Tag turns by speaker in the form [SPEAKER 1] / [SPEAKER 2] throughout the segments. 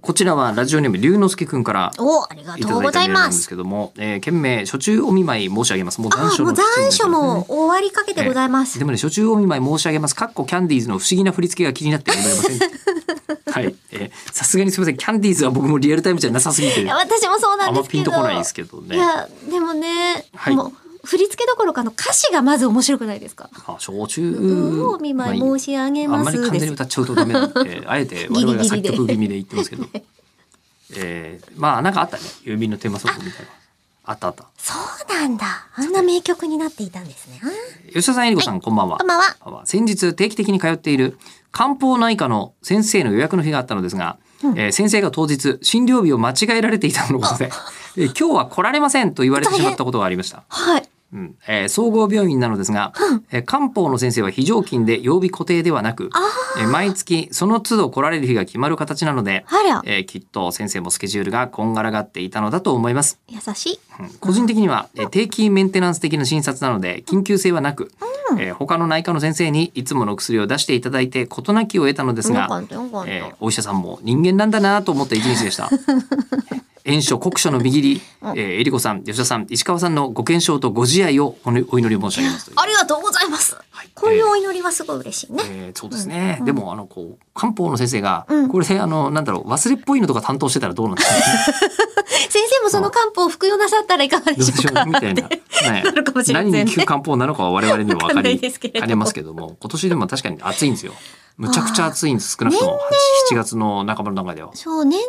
[SPEAKER 1] こちらはラジオネーム龍之介くんから
[SPEAKER 2] お、ありが
[SPEAKER 1] い
[SPEAKER 2] と
[SPEAKER 1] た
[SPEAKER 2] う
[SPEAKER 1] だ
[SPEAKER 2] ご
[SPEAKER 1] いたメー
[SPEAKER 2] ざい
[SPEAKER 1] ルなん
[SPEAKER 2] ま
[SPEAKER 1] です
[SPEAKER 2] す。
[SPEAKER 1] けども、えー、件名、初中お見舞い申し上げます。もう残
[SPEAKER 2] あ、
[SPEAKER 1] 暑
[SPEAKER 2] も
[SPEAKER 1] の
[SPEAKER 2] う残暑も終わりかけてございます。
[SPEAKER 1] でもね、初中お見舞い申し上げます。かっこキャンディーズの不思議な振り付けが気になってございません。 はい。えーさすがにすみません。キャンディーズは僕もリアルタイムじゃなさすぎて
[SPEAKER 2] いや、私もそうな
[SPEAKER 1] あ
[SPEAKER 2] ん
[SPEAKER 1] ん
[SPEAKER 2] で
[SPEAKER 1] ます
[SPEAKER 2] け
[SPEAKER 1] ピン
[SPEAKER 2] ど。
[SPEAKER 1] とこないですけど
[SPEAKER 2] い
[SPEAKER 1] ね。
[SPEAKER 2] や、でもね、
[SPEAKER 1] はい
[SPEAKER 2] もう、振り付けどころかの歌詞がまず面白くないですか。
[SPEAKER 1] あ、焼酎。
[SPEAKER 2] うん、お見舞い申し上げ
[SPEAKER 1] あん
[SPEAKER 2] ま
[SPEAKER 1] まり
[SPEAKER 2] す
[SPEAKER 1] 完
[SPEAKER 2] で
[SPEAKER 1] 全に
[SPEAKER 2] す。
[SPEAKER 1] 歌っちゃうとダメなん で、あえて我々が作曲気味で言ってますけど。えー、まあ、なんかあったね。郵便のテーマソングみたいな。あったあった。
[SPEAKER 2] そうなんだ。あんな名曲になっていたんですね。
[SPEAKER 1] 吉田さん、えりこさん、こんばんは
[SPEAKER 2] あこん。ばんは。
[SPEAKER 1] 先日定期的に通っている漢方内科の先生の予約の日があったのですが、えー先生が当日診療日を間違えられていたのことで「えー今日は来られません」と言われてしまったことがありました、
[SPEAKER 2] はい。
[SPEAKER 1] うんえー総合病院なのですが、えー漢方の先生は非常勤で曜日固定ではなく、えー毎月その都度来られる日が決まる形なので、
[SPEAKER 2] あら、
[SPEAKER 1] えーきっと先生もスケジュールがこんがらがっていたのだと思います
[SPEAKER 2] 優しい。
[SPEAKER 1] 個人的には、えー定期メンテナンス的な診察なので緊急性はなく、えー他の内科の先生にいつもの薬を出していただいて事なきを得たのです
[SPEAKER 2] よか
[SPEAKER 1] が
[SPEAKER 2] っ、た、よかっ
[SPEAKER 1] えー
[SPEAKER 2] た。
[SPEAKER 1] お医者さんも人間なんだなと思った一日で した炎症酷暑の見切り、えー、えりこさん吉田さん石川さんのご健勝とご自愛をお,、お祈り申し上げますという
[SPEAKER 2] ありがとうございます。
[SPEAKER 1] はい
[SPEAKER 2] こういうお祈りはすごい嬉しいね。
[SPEAKER 1] えーそうですね、でもあのこう漢方の先生が、
[SPEAKER 2] うん
[SPEAKER 1] これであのなんだろう忘れっぽいのとか担当してたらどうなんです か、ね、
[SPEAKER 2] 先生もその漢方を服用なさったらいかがで
[SPEAKER 1] どう
[SPEAKER 2] し
[SPEAKER 1] で
[SPEAKER 2] ょ
[SPEAKER 1] しょ
[SPEAKER 2] うか
[SPEAKER 1] うみたいな、
[SPEAKER 2] って
[SPEAKER 1] ね
[SPEAKER 2] なるかもしれませ
[SPEAKER 1] 何
[SPEAKER 2] んね
[SPEAKER 1] に効く漢方なのかは我々にも分
[SPEAKER 2] わか
[SPEAKER 1] か
[SPEAKER 2] んない
[SPEAKER 1] り
[SPEAKER 2] ですけれども
[SPEAKER 1] かねますけども今年でも確かに暑いんですよむちゃくちゃ暑いんです少なくとも8 7月の半ばの中では。っ
[SPEAKER 2] そう、年々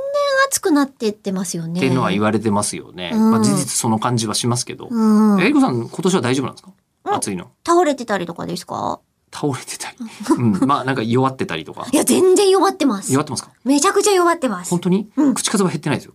[SPEAKER 2] 暑くなってってますよね。
[SPEAKER 1] ていうのは言われてますよね、
[SPEAKER 2] うん
[SPEAKER 1] まあ、事実その感じはしますけど、
[SPEAKER 2] うん
[SPEAKER 1] え。りこさん今年は大丈夫なんですか
[SPEAKER 2] うん
[SPEAKER 1] 暑いの
[SPEAKER 2] 倒れてたりとかですか
[SPEAKER 1] 倒れてたり、うん、まあなんか弱ってたりとか
[SPEAKER 2] いや、全然弱ってます
[SPEAKER 1] 弱。ってますか
[SPEAKER 2] めちゃくちゃ弱ってます
[SPEAKER 1] 本。当に、
[SPEAKER 2] うん
[SPEAKER 1] 口数は減ってないですよ、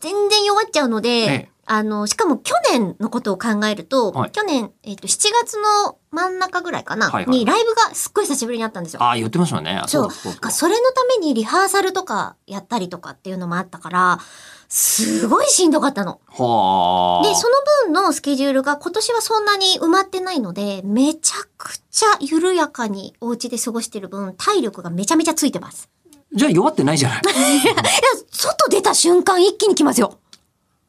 [SPEAKER 2] 全然弱っちゃうので、
[SPEAKER 1] ええ
[SPEAKER 2] あの、しかも去年のことを考えると、
[SPEAKER 1] はい
[SPEAKER 2] 去年、えっ、と、7月の真ん中ぐらいかな、
[SPEAKER 1] はいはい
[SPEAKER 2] にライブがすっごい久しぶりにあったんですよ。
[SPEAKER 1] ああ言ってましたねあそうだ
[SPEAKER 2] そ
[SPEAKER 1] そううだ
[SPEAKER 2] それのためにリハーサルとかやったりとかっていうのもあったから、すごいしんどかったの。
[SPEAKER 1] はあ
[SPEAKER 2] で、その分のスケジュールが今年はそんなに埋まってないので、めちゃくちゃ緩やかにお家で過ごしてる分、体力がめちゃめちゃついてます。
[SPEAKER 1] じゃあ弱ってないじゃない
[SPEAKER 2] いや、外出た瞬間一気に来ますよ。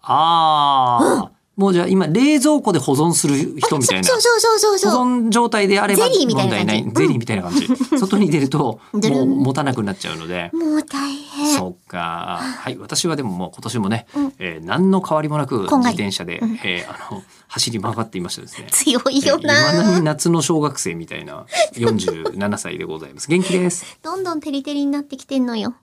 [SPEAKER 1] ああ、もうじゃあ今冷蔵庫で保存する人みたいな
[SPEAKER 2] そうそうそうそうそう。
[SPEAKER 1] 保存状態であれば
[SPEAKER 2] ゼリーみたい
[SPEAKER 1] 問
[SPEAKER 2] な
[SPEAKER 1] 題
[SPEAKER 2] 感じ
[SPEAKER 1] ないゼリーみたいな 感じ外に出ると
[SPEAKER 2] ド
[SPEAKER 1] も
[SPEAKER 2] ゥ
[SPEAKER 1] う
[SPEAKER 2] ルン
[SPEAKER 1] 持たなくなっちゃうので
[SPEAKER 2] もう大変。
[SPEAKER 1] そっかはい私はでももう今年もね、
[SPEAKER 2] うん
[SPEAKER 1] えー何の変わりもなく自
[SPEAKER 2] こんがり
[SPEAKER 1] 転車で、えーあの走り回っていましてですね
[SPEAKER 2] 強い
[SPEAKER 1] えー
[SPEAKER 2] よ
[SPEAKER 1] 未だ
[SPEAKER 2] な
[SPEAKER 1] に夏の小学生みたいな47歳でございます元気です
[SPEAKER 2] どんどんテリテリになってきてんのよ。